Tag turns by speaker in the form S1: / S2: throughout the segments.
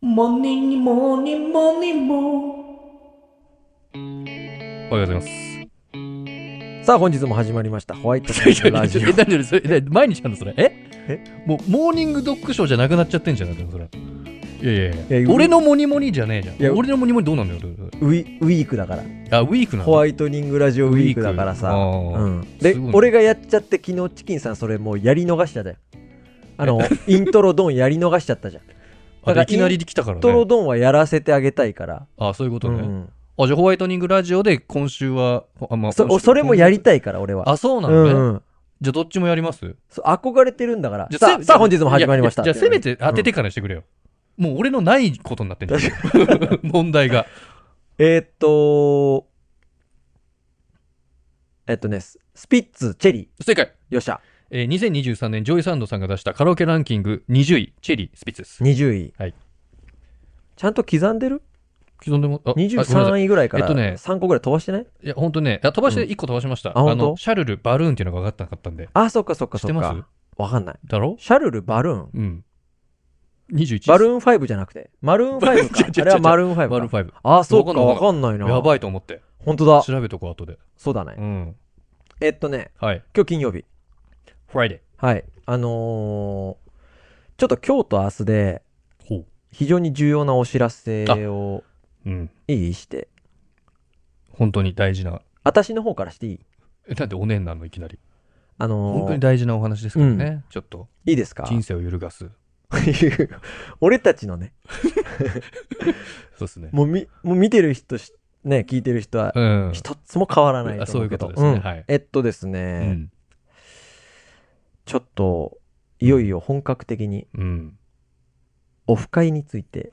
S1: モーニングモーニングモーニングモ
S2: おはようございます。
S3: さあ本日も始まりましたホワイトデーのラ ジ
S2: え、何それえ毎日あんのそれ。え
S3: え
S2: もう、モーニングドッグショーじゃなくなっちゃってんじゃん、でもそれ。いやいやいや
S3: いや
S2: 俺のモニモニじゃねえ
S3: い
S2: じゃ
S3: や
S2: ん。俺のモニモニどうなんだよ。どう
S3: オウィウィークだから
S2: あ、ウィークな
S3: ホワ
S2: の
S3: イトニングラジオウィークだからさ、
S2: ウィーク
S3: う
S2: あ
S3: ん、です
S2: ごいね
S3: 俺がやっちゃって昨日チキンさんそれもうやり逃しちゃったよ あのイントロドンやり逃しちゃったじゃんイ
S2: あでいきなりできたから
S3: ントロ
S2: ね。
S3: ドンはやらせてあげたいから、
S2: あ、そういうこと
S3: う
S2: ね。
S3: ん、
S2: あ、じゃあホワイトニングラジオで今週は、あ、まあ、今
S3: そ
S2: 週
S3: それもやりたいから俺は
S2: あ、そうな
S3: う
S2: のね。
S3: んうん、
S2: じゃあどっちもやります
S3: そう憧れてるんだから
S2: じゃ
S3: さあ
S2: せ
S3: さあ本日も始まりました
S2: いやいやじゃあせめて当ててからにしてくれよ。もう俺のないことになってんじゃん。 問題が。
S3: えーっとえっとねススピッツチェリ
S2: 正解。
S3: ーよっしゃ
S2: えー、2023年ジョイサンドさんが出したカラオケランキング20位チェリースピッツです
S3: 20位、
S2: はい
S3: ちゃんと刻んでる
S2: 既存でもああごめんなさい
S3: 23位ぐらいから
S2: えっとね
S3: 3個ぐらい飛ばしてない
S2: いや本当ねあ飛ばして1個飛ばしました、
S3: あ本当
S2: のシャルルバルーンっていうのが分かったなかったんで
S3: あ、そっかそっか
S2: 知
S3: そ
S2: って
S3: っ
S2: ます
S3: か。わかんない。
S2: だろ
S3: シャルル・バルーン。
S2: うん21
S3: バルーン5じゃなくて。マルーン5
S2: 違う違う違
S3: か。
S2: う
S3: あれはマルーン
S2: ーンバルー
S3: 5
S2: ン
S3: か。
S2: 5
S3: あ、そっか。
S2: わ
S3: わ
S2: か
S3: かんないな。
S2: やばいと思って
S3: 本当だ。
S2: 調べとこう後で
S3: そうだね
S2: う。ん
S3: えっとね、
S2: はい
S3: 今日金曜日。
S2: フライデ
S3: はい。あのー、ちょっと今日と明日で
S2: ーほ
S3: 非常に重要なお知らせを
S2: ううん
S3: いいして、
S2: 本当に大事な
S3: 私の方からしていい
S2: えなんでおねんなのいきなり
S3: あ
S2: 本
S3: の
S2: 当に
S3: ー、
S2: 大事なお話ですからね、ちょっと
S3: いいですか
S2: 人生を揺るがす
S3: 俺たちのね、
S2: そうですね
S3: もうみ、もう見てる人し、ね、聞いてる人は
S2: うん
S3: 一つも変わらない
S2: あ
S3: と思うけ
S2: そう
S3: ど。
S2: いうことですねはい
S3: えっとです
S2: う
S3: ね、
S2: ん
S3: ちょっと、いよいよ本格的に
S2: うん
S3: オフ会について、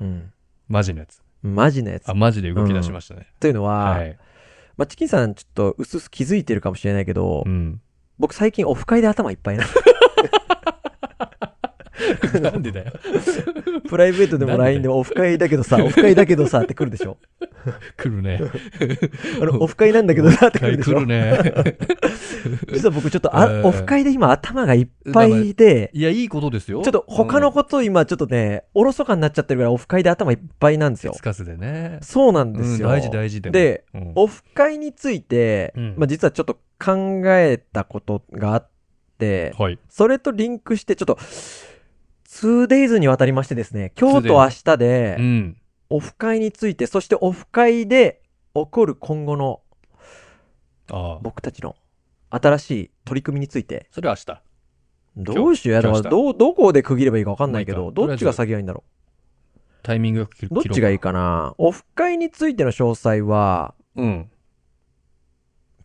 S3: うん、
S2: マジのやつ
S3: マジなやつ
S2: あ。マジで動き出しましたね、
S3: というのは、
S2: はい
S3: まあ、チキンさんちょっと薄々気づいてるかもしれないけど、
S2: うん
S3: 僕最近オフ会で頭いっぱいな。
S2: なんでだよ。
S3: プライベートで
S2: なんでだ
S3: も
S2: よ
S3: LINE でもオフ会だけどさ、オフ会だけどさって来るでしょ。
S2: 来るね。
S3: あ のオフ会なんだけどさって来
S2: 来
S3: るでしょ
S2: る。 ね。
S3: 実は僕ちょっとあ、
S2: えー
S3: オフ会で今頭がいっぱいで、
S2: いや、いいことですよ。
S3: ちょっと他のこと今ちょっとね、おろそかになっちゃってるぐらいオフ会で頭いっぱいなんです
S2: うん、
S3: よ
S2: 手つ。かずでね。
S3: そうなんですよ。
S2: うん大事大事でも。
S3: で、
S2: うん
S3: オフ会について、
S2: うん
S3: まあ、実はちょっと考えたことがあって、
S2: はい。
S3: それとリンクして、ちょっと、2days にわたりましてですね、今日と明日
S2: う
S3: で、
S2: ん。
S3: オフ会について、そしてオフ会で起こる今後の
S2: ああ。
S3: 僕たちの新しい取り組みについて、
S2: それは明日。
S3: どうしようやだ
S2: 今
S3: か
S2: 日
S3: ら、どう、どこで区切ればいいかわかんないけ
S2: まあい
S3: ど、
S2: いかとり
S3: ど
S2: あえず
S3: っちが先がいいんだろ
S2: タイミングが切
S3: う。どっちがいい
S2: か。
S3: かなオフ会についての詳細は、
S2: うん。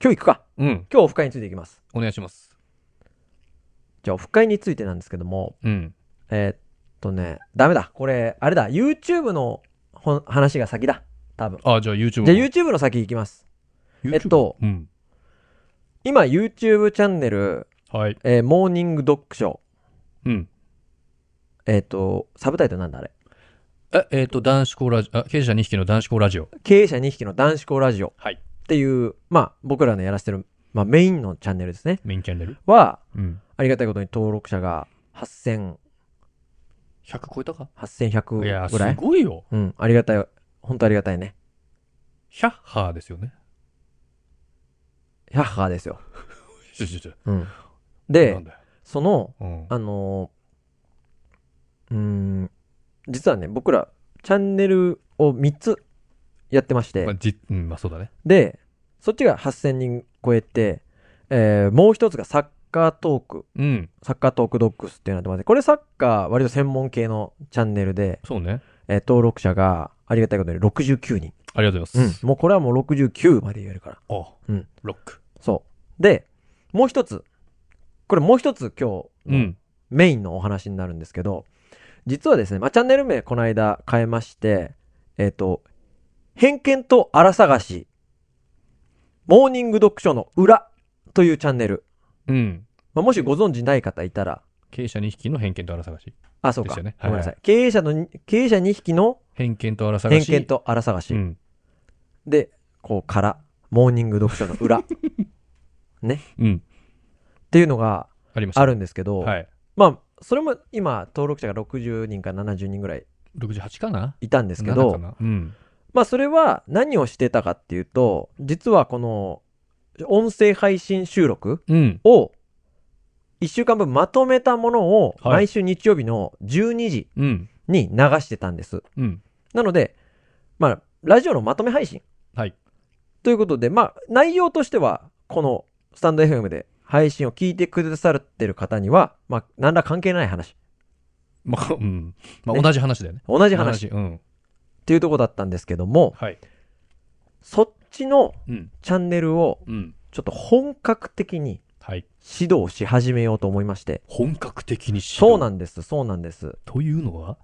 S3: 今日行くか。
S2: うん。
S3: 今日オフ会についていきます。
S2: お願いします。
S3: じゃあ、オフ会についてなんですけども、
S2: うん。
S3: えーっとね、ダメだ。これ、あれだ。YouTube のほん話が先だ。多分。
S2: ああ、じゃあ YouTube も。
S3: じゃあ YouTube の先行きます。
S2: YouTube
S3: えっと、
S2: うん。
S3: 今 YouTube チャンネル、
S2: はい。
S3: えーモーニングドッグショー。
S2: うん。
S3: えーっと、サブタイトルなんだあれ。
S2: え、えっと、男子校ラジオ、あ、経営者2匹の男子校ラジオ。
S3: 経営者2匹の男子校ラジオ。
S2: はい
S3: っていう、まあ、僕らのやらせてる、まあ、メインのチャンネルですね。
S2: メインチャンネル。
S3: は、
S2: うん。
S3: ありがたいことに登録者が8000、
S2: 100超えたかいや、
S3: 8100ぐら
S2: す
S3: い。
S2: ごいよ。
S3: うん、ありがたい。本当ありがたいね。
S2: ヒャッハーですよね。
S3: 100ハーですよ。
S2: ちょちょちょ。
S3: うん。
S2: な
S3: で
S2: ん、だよ。
S3: その、
S2: うん。
S3: あのーうーん、実はね、僕ら、チャンネルを3つやってまして
S2: まあ、、じ、うん、まあそうだね。
S3: で、そっちが8000人超えて、えーもう一つがサッカートーク、
S2: うん。
S3: サッカートークドッグスっていうのやってまして、これサッカー割と専門系のチャンネルで、
S2: そうね。
S3: えー登録者がありがたいことに69人。
S2: ありがとうございます。
S3: もうこれはもう69まで言えるから。
S2: あ、
S3: うん
S2: ロック。
S3: そう。で、もう一つ、これもう一つ今日
S2: う
S3: の
S2: ん。
S3: メインのお話になるんですけど、実はですね、まあ、チャンネル名この間変えまして、えっ、と、偏見と荒探し、モーニング読書の裏というチャンネル。
S2: うん。
S3: まあ、もしご存知ない方いたら、
S2: 経営者2匹の偏見と荒探し。
S3: あ、そうか。
S2: ですよね
S3: ごめんなさ。
S2: はい
S3: 経営者の、経営者2匹の
S2: 偏見と荒探
S3: 偏
S2: し。
S3: 見と荒探し。
S2: うん。
S3: で、こう、から、モーニング読書の裏っ
S2: うん。
S3: ていうのが
S2: ありました。
S3: あるんですけど、
S2: はい。
S3: まあ、それも今登録者が60人か70人ぐらい
S2: 68かない
S3: たんですけ
S2: 7か
S3: ど
S2: なうん。
S3: まあそれは何をしてたかっていうと実はこの音声配信収録
S2: うん。
S3: を1週間分まとめたものを
S2: はい
S3: 毎週日曜日の12時
S2: うん。
S3: に流してたんです。
S2: うん。
S3: なので、まあ、ラジオのまとめ配信
S2: はい。
S3: ということで、まあ、内容としては、このスタンド FM で配信を聞いてくださってる方には、まあ、何ら関係ない話。
S2: まあ、 うん。ま
S3: ね
S2: あ、同じ話だよね。
S3: 同じ話っ
S2: 同じうん。
S3: ていうとこだったんですけども、
S2: はい。
S3: そっちの
S2: うん。
S3: チャンネルを
S2: うん。
S3: ちょっと本格的に
S2: はい。
S3: 指導し始めようと思いまして。
S2: 本格的にし
S3: そうなんんです、そうなんです。
S2: というのは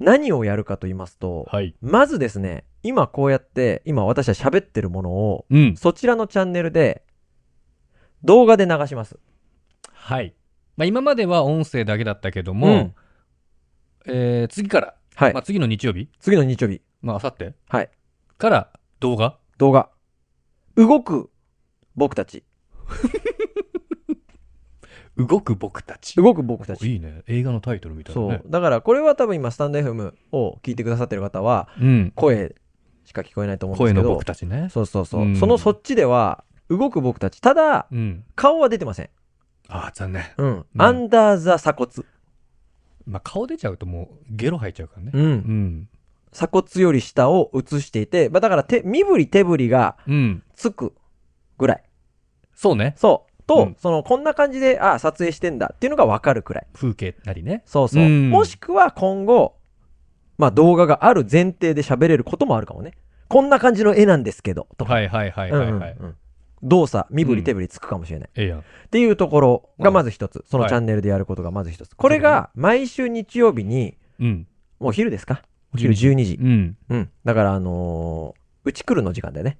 S3: 何をやるかと言いますと、
S2: はい。
S3: まずですね、今こうやって、今私は喋ってるものを、
S2: うん。
S3: そちらのチャンネルで、動画で流します。
S2: はい。まあ、今までは音声だけだったけども、
S3: うん
S2: えー次から、
S3: はい。
S2: まあ、次の日曜日、
S3: 次の日曜日、
S2: まあ、明後日
S3: はい。
S2: から動画
S3: 動画。動く僕たち。
S2: 動く僕たち。
S3: 動く僕たち。
S2: いいね。映画のタイトルみたいな
S3: そ
S2: ね
S3: う。。だからこれは多分今、スタンド FM を聞いてくださってる方は、
S2: うん。
S3: 声しか聞こえないと思うんで
S2: 声
S3: すけ
S2: の
S3: ど。
S2: 僕たちね。
S3: そうそうそう。
S2: うん
S3: そのそっちでは、動く僕たち。ただ、
S2: うん。
S3: 顔は出てません。
S2: ああ、残念。
S3: うん。
S2: ん
S3: アンダーザ鎖骨。
S2: まあ、顔出ちゃうともう、ゲロ吐いちゃうからね。
S3: う。
S2: うんん。
S3: 鎖骨より下を映していて、まあ、だから手、身振り手振りが
S2: うん。
S3: つくぐらい。
S2: そうね。
S3: そう。と、
S2: うん
S3: その、こんな感じで、ああ、撮影してんだっていうのがわかるくらい。
S2: 風景なりね。
S3: そうそう。
S2: うん
S3: もしくは今後、まあ動画がある前提で喋れることもあるかもね。こんな感じの絵なんですけど、とか。
S2: はいはいはいはいはい。
S3: うんうんうん動作、身振
S2: う
S3: り
S2: ん
S3: 手振りつくかもしれない。
S2: ええやん。
S3: っていうところがまず一つ。その
S2: はい
S3: チャンネルでやることがまず一つ。これが毎週日曜日に、
S2: うん。
S3: もう昼ですかお昼
S2: 12
S3: 12時。
S2: うん。
S3: うん。だからあのー、うち来るの時間だよね。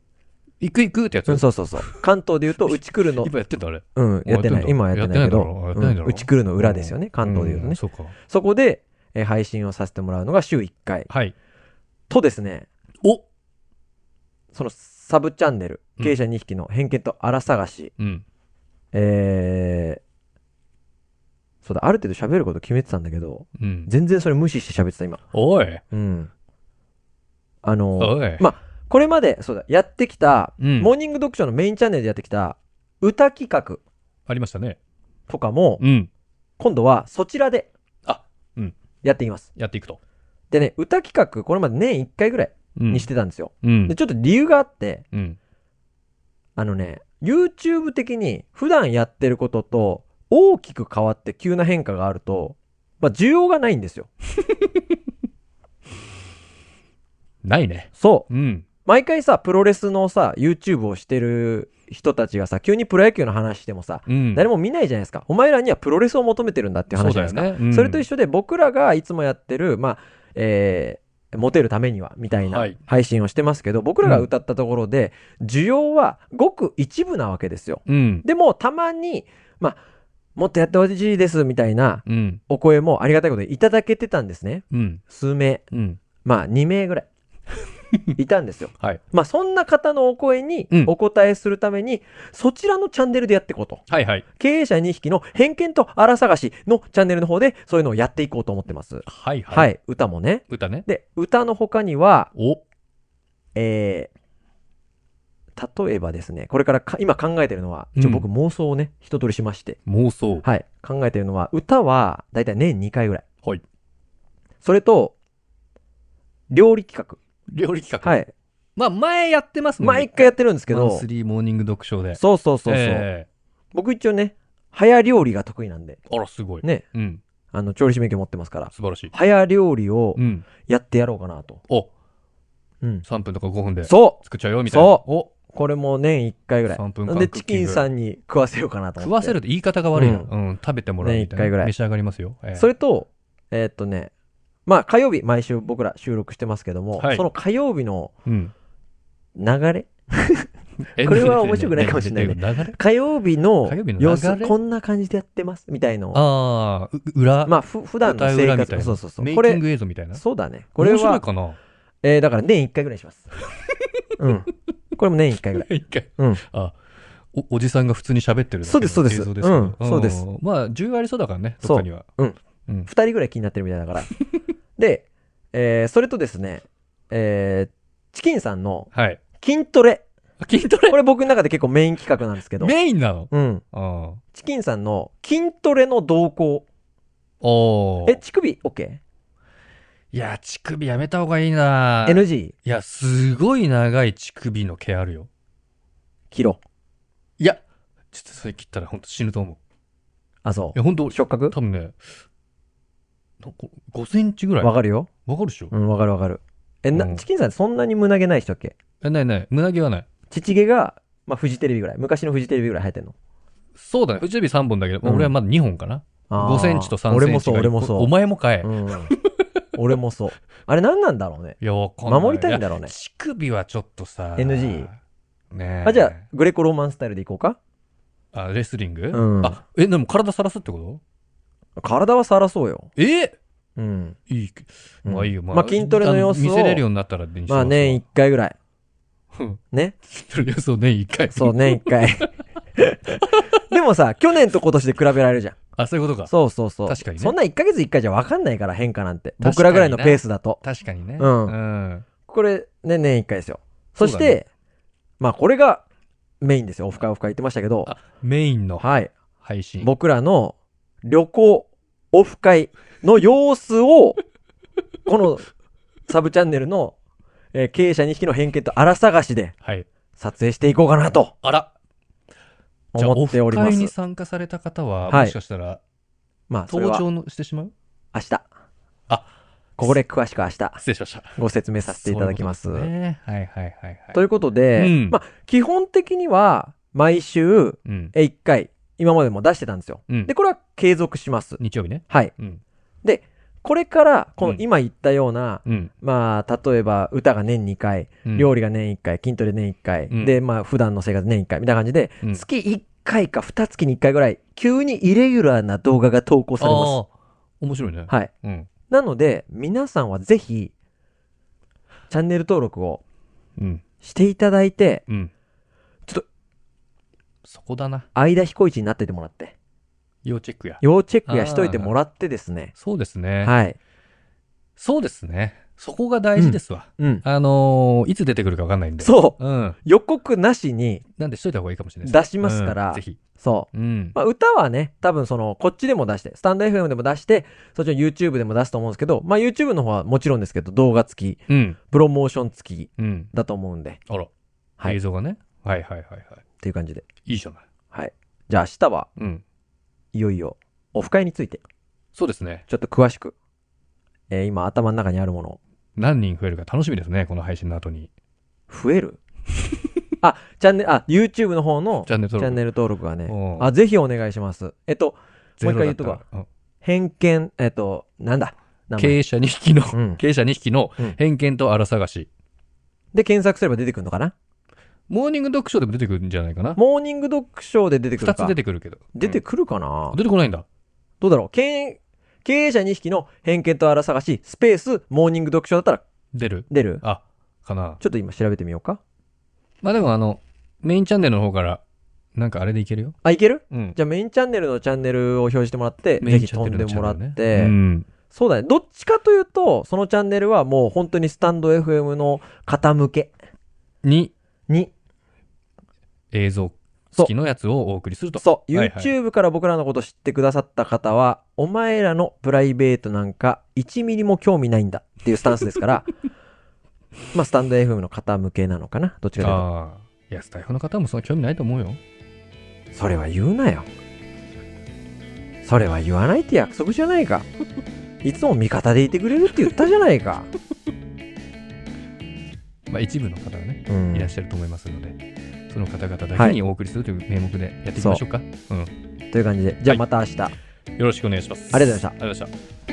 S2: 行く行くってやつ。
S3: うん、そうそうそう。関東で言う と、うち来るの、
S2: 今やってんだあれ。
S3: うん、やってな
S2: やってん
S3: い。
S2: だ
S3: 今はやってないけど、
S2: やってないだろやってないだろ
S3: うんうち来るの裏ですよね。関東で言うと
S2: ん
S3: ね。
S2: そうか。
S3: そこで、えー配信をさせてもらうのが週1回。
S2: はい。
S3: とですね、
S2: お
S3: そのサブチャンネル、
S2: うん
S3: 経営者2匹の偏見と荒探し、
S2: うん。
S3: えー、そうだ、ある程度喋ること決めてたんだけど、
S2: うん。
S3: 全然それ無視して喋ってた、今。
S2: おい。
S3: うん。あのー
S2: おい。
S3: まこれまで、そうだ、やってきた、
S2: うん
S3: モーニング読書のメインチャンネルでやってきた、歌企画
S2: ありましたね。
S3: とかも、
S2: うん。
S3: 今度はそちらで、
S2: あうん
S3: やっていきます。
S2: やっていくと。
S3: でね、歌企画、これまで年1回ぐらい
S2: うん
S3: にしてたんですよ。
S2: うん
S3: で、。ちょっと理由があって、
S2: うん。
S3: あのね、YouTube 的に普段やってることと大きく変わって急な変化があると、まあ需要がないんですよ。
S2: ないね。
S3: そう。
S2: うん。
S3: 毎回さ、プロレスのさ、YouTube をしてる人たちがさ、急にプロ野球の話してもさ、
S2: うん。
S3: 誰
S2: もっ
S3: も見ないじゃないですか。お前らにはプロレスを求めてるんだっていう話じゃないですか。そ,、
S2: ね。
S3: れと一
S2: 緒。
S3: 緒で僕らがいつもやってる、まあ、えーモテるためにはみたいな
S2: はい
S3: 配信をしてますけど、僕らが歌ったところで、需要はごく一部なわけですよ。
S2: うん。
S3: でもたまに、まあ、もっとやってほしいですみたいな
S2: うん。
S3: お声もありがたいことでいただけてたんですね。
S2: うん。
S3: 数名、
S2: うん。
S3: まあ2名ぐら いいたんですよ。
S2: はい。
S3: まあそんな方のお声に
S2: うん
S3: お答えするために、そちらのチャンネルでやっていこうと。
S2: はいはい。
S3: 経営者2匹の偏見と荒探しのチャンネルの方でそういうのをやっていこうと思ってます。
S2: はいはい。
S3: はい、歌もね。
S2: 歌ね。
S3: で、歌の他には、
S2: お
S3: えー例えばですね、これからか今考えてるのは、一応僕
S2: う
S3: 妄想をね、一通りしまして、
S2: 妄想。
S3: はい。考えてるのは、歌は、だいたい年2回ぐらい。
S2: はい。
S3: それと、料理企
S2: 料理企
S3: 画。
S2: 画。。
S3: はいい。
S2: まあ、前やってますもんね。
S3: 毎回やってるんですけ
S2: マ
S3: ど
S2: ンス、リーモーニング読書で。
S3: そうそうそうそう。
S2: え
S3: 僕一応ね、早料理が得意なんで、
S2: えあら、すごい。
S3: ね、
S2: うん。
S3: あの、調理師免許持ってますから、
S2: 素晴らしい。
S3: 早料理を
S2: うん。
S3: やってやろうかなと。
S2: お、
S3: うん。
S2: 3分とか5分で
S3: そ
S2: 作っちゃうよ、みたいな。
S3: そう
S2: お、
S3: うこれも年1回ぐらい。
S2: 3分
S3: な
S2: 間
S3: んで、チキンさ
S2: ん。
S3: んに食わせようかなと思
S2: 食
S3: って。
S2: わせるって言い方が悪いな。
S3: う
S2: うん。食べてもらうみたい
S3: ね一回ぐら
S2: な。
S3: い
S2: 召し上がりますよ。ええ
S3: それと、えーっとね、まあ、火曜日、毎週僕ら収録してますけども、
S2: はい
S3: その火曜日の
S2: うん。
S3: 流れ
S2: え
S3: これは面白くないかもしれないね。
S2: 流れ
S3: 火曜日の
S2: 火曜日の流れ
S3: 様子こんな感じでやってますみたいのを
S2: ああ、う裏。
S3: まあふ普段の
S2: 舞台裏
S3: 生
S2: みたい
S3: 活
S2: な
S3: そうそうそう
S2: メイ
S3: こ
S2: キン
S3: れ
S2: グ映像みたいな。
S3: そうだねこれ
S2: 面白い
S3: は、
S2: かな
S3: えーだから年1回ぐらいにしますうんこれも年1回ぐらい
S2: 一回。
S3: うん
S2: あ、おおじさんが普通に喋ってるだけの
S3: そうですそうです
S2: 映像ですけど
S3: うんそうです
S2: んまあ10ありそうだからねどっかには
S3: そううん
S2: うん
S3: 2人ぐらい気になってるみたいだ から。で、えーそれとですね、えーチキンさんの
S2: はい
S3: 筋トレ。
S2: あ筋トレ
S3: これ僕の中で結構メイン企画なんですけど、
S2: メインなの
S3: うん。
S2: あ
S3: チキンさんの筋トレの動向。
S2: あおー
S3: え、乳首 OK?NG?
S2: いや乳首やめた方がいいなないやすごい長い乳首の毛あるよ
S3: 切ろう。
S2: いやちょっとそれ切ったら本当死ぬと思う
S3: あ、そ
S2: いや本当
S3: う。触覚
S2: 多分ねなんか5センチぐらい
S3: わ
S2: わか
S3: かるよ。
S2: るでしょ、
S3: うん、わかるわかる。え、
S2: う
S3: な、
S2: ん
S3: チキンさんそんなに胸毛ない人だっけ
S2: えないない胸毛はない
S3: 父毛が、まあ、フジテレビぐらい。昔のフジテレビぐらい生えてんの。
S2: そうだねフジテレビ3本だけど、まあ
S3: うん
S2: 俺はまだ2本かな
S3: あー
S2: 5センチと3センチが
S3: 俺もそう、俺もそう。
S2: おお前もかえ、い
S3: うん。俺もそう。あれ何なんだろうね。
S2: やわかんない
S3: 守りたいんだろう
S2: や
S3: ね。
S2: 乳首はちょっとさ
S3: NG
S2: ねえ
S3: あ、じゃあ、グレコローマンスタイルでいこうか
S2: あレスリング、
S3: うん
S2: あえでも体さらすってこと
S3: 体はさらそうよ。
S2: え
S3: うん。
S2: いいまあいいよ、
S3: まあ筋トレの様子を
S2: あ見せれるようになったらでいいんし
S3: まあ年1回ぐ らい。ね。
S2: 筋トレの様子を年一回
S3: そう、年1回。 でもさ、去年と今年で比べられるじゃん。
S2: あそういうことか
S3: そうそうそう。
S2: 確かにね
S3: そんな1ヶ月1回じゃ分かんないから変化なんて。
S2: 確かにな
S3: 僕らぐらいのペースだと。
S2: 確かにね
S3: うん
S2: うん
S3: これ、ね、年1回ですよ。そし
S2: そうだ
S3: て、まあこれがメインですよ。オフ会オフ会言ってましたけど。
S2: あメインの
S3: はい。
S2: 配信
S3: 僕らの旅行オフ会の様子を このサブチャンネルの、えー経営者2匹の偏見と荒探しで
S2: はい
S3: 撮影していこうかなと
S2: あらじゃあ
S3: 思
S2: オ
S3: って
S2: フ
S3: おりま
S2: 会
S3: す
S2: に参加された方は、
S3: はい
S2: もしかしたら
S3: まあそれ
S2: 登場
S3: は
S2: のしてしまう
S3: 明日
S2: あ
S3: ここで詳しく明日
S2: 失礼しました
S3: ご説明させていただきます
S2: そういうことですねはいはいはいはい
S3: ということで、
S2: うん
S3: まあ基本的には毎週
S2: うん
S3: 1回今までも出してたんですよ
S2: うん
S3: でこれは継続します
S2: 日曜日ね
S3: はい
S2: うん
S3: これからこの
S2: うん
S3: 今言ったような、
S2: うん
S3: まあ例えば歌が年2回
S2: うん
S3: 料理が年1回、筋トレ年1回、
S2: うん
S3: で、まあ、普段の生活年1回みたいな感じで、
S2: うん
S3: 月1回か2月に1回ぐらい、急にイレギュラーな動画が投稿されま
S2: あー面白いね。
S3: す。はい。
S2: うん。
S3: なので、皆さんはぜひ、チャンネル登録を
S2: うん。
S3: していただいて、
S2: うん。
S3: ちょっと、
S2: そこだな。
S3: 間彦一になっててもらって、
S2: 要チェックや。
S3: 要チェックやしといてもらってですね。
S2: そうですね。
S3: はい。
S2: そうですね。そこが大事ですわ。
S3: うん。
S2: あのーいつ出てくるか分かんないんで。
S3: そう。
S2: う。うん。
S3: 予告なしに
S2: なんでしといた方がいいかもしれないです。
S3: 出しますから、
S2: うんぜひ。
S3: そう。
S2: うん。
S3: まあ、歌はね、多分その、こっちでも出して、スタンド FM でも出して、そっちの YouTube でも出すと思うんですけど、まあ YouTube の方はもちろんですけど、動画付き、
S2: うん。
S3: プロモーション付き
S2: うん。
S3: だと思うんで、
S2: あら。
S3: はい
S2: 映像がね。はいはいはいは
S3: っていう感じで。
S2: い。いいじゃない。
S3: はい。じゃあ明日は、
S2: うん。
S3: いよいよ、オフ会について、
S2: そうですね。
S3: ちょっと詳しく、えー今頭の中にあるもの、
S2: 何人増えるか楽しみですね。この配信の後に。
S3: 増 えるあ、チャンネル、あ、YouTube の方の
S2: チャンネル
S3: チ
S2: 登
S3: ャン
S2: 録。
S3: ネル登録がね
S2: う、ん
S3: あ、ぜひお願いします。えっと、もう一回言うと
S2: ゼロ
S3: こは
S2: だったら。うん
S3: 偏見、えっと、なんだ名前
S2: 経営者2匹の、
S3: うん
S2: 経営者2匹の
S3: うん
S2: 偏見と荒探し。
S3: で検索すれば出てくるのかな
S2: モーニング読書でも出てくるんじゃないかな。
S3: モーニング読書で出てくる
S2: 2
S3: か
S2: つ出てくるけど。
S3: 出て
S2: く
S3: くるかな、
S2: 出てこないんだ。
S3: どうだろう経営経営者2匹の偏見と荒探し、スペース、モーニング読書だったら
S2: 出る
S3: 出る
S2: あ、かな。
S3: ちょっと今調べてみようか。
S2: まあでもあの、メインチャンネルの方から、なんかあれでいけるよ。
S3: あ、いける
S2: うん。
S3: じゃあメインチャンネルのチャンネルを表示してもらって、ぜひ飛んでもらって、
S2: うん。
S3: そうだね。どっちかというと、そのチャンネルはもう本当にスタンド FM の方向け
S2: に、
S3: に、
S2: 映像付きのやつをお送りすると。
S3: そう、
S2: はいはい
S3: YouTube から僕らのこと知ってくださった方は、お前らのプライベートなんか1ミリも興味ないんだっていうスタンスで すから、まあスタンド FM の方向けなのかなどっちかというと。
S2: ああ。いや、スタイフの方もそんな興味ないと思うよ。
S3: それは言うなよそれは言わないって約束じゃないかいつも味方でいてくれるって言ったじゃないか、
S2: まあ一部の方がね、
S3: うん
S2: いらっしゃると思いますので、その方々だけにお送りするという名目でやっていきましょうか。うん。よ
S3: という感じでじゃあまた明日、
S2: ろしくお願いします。
S3: ありがとうございました
S2: ありがとうございました。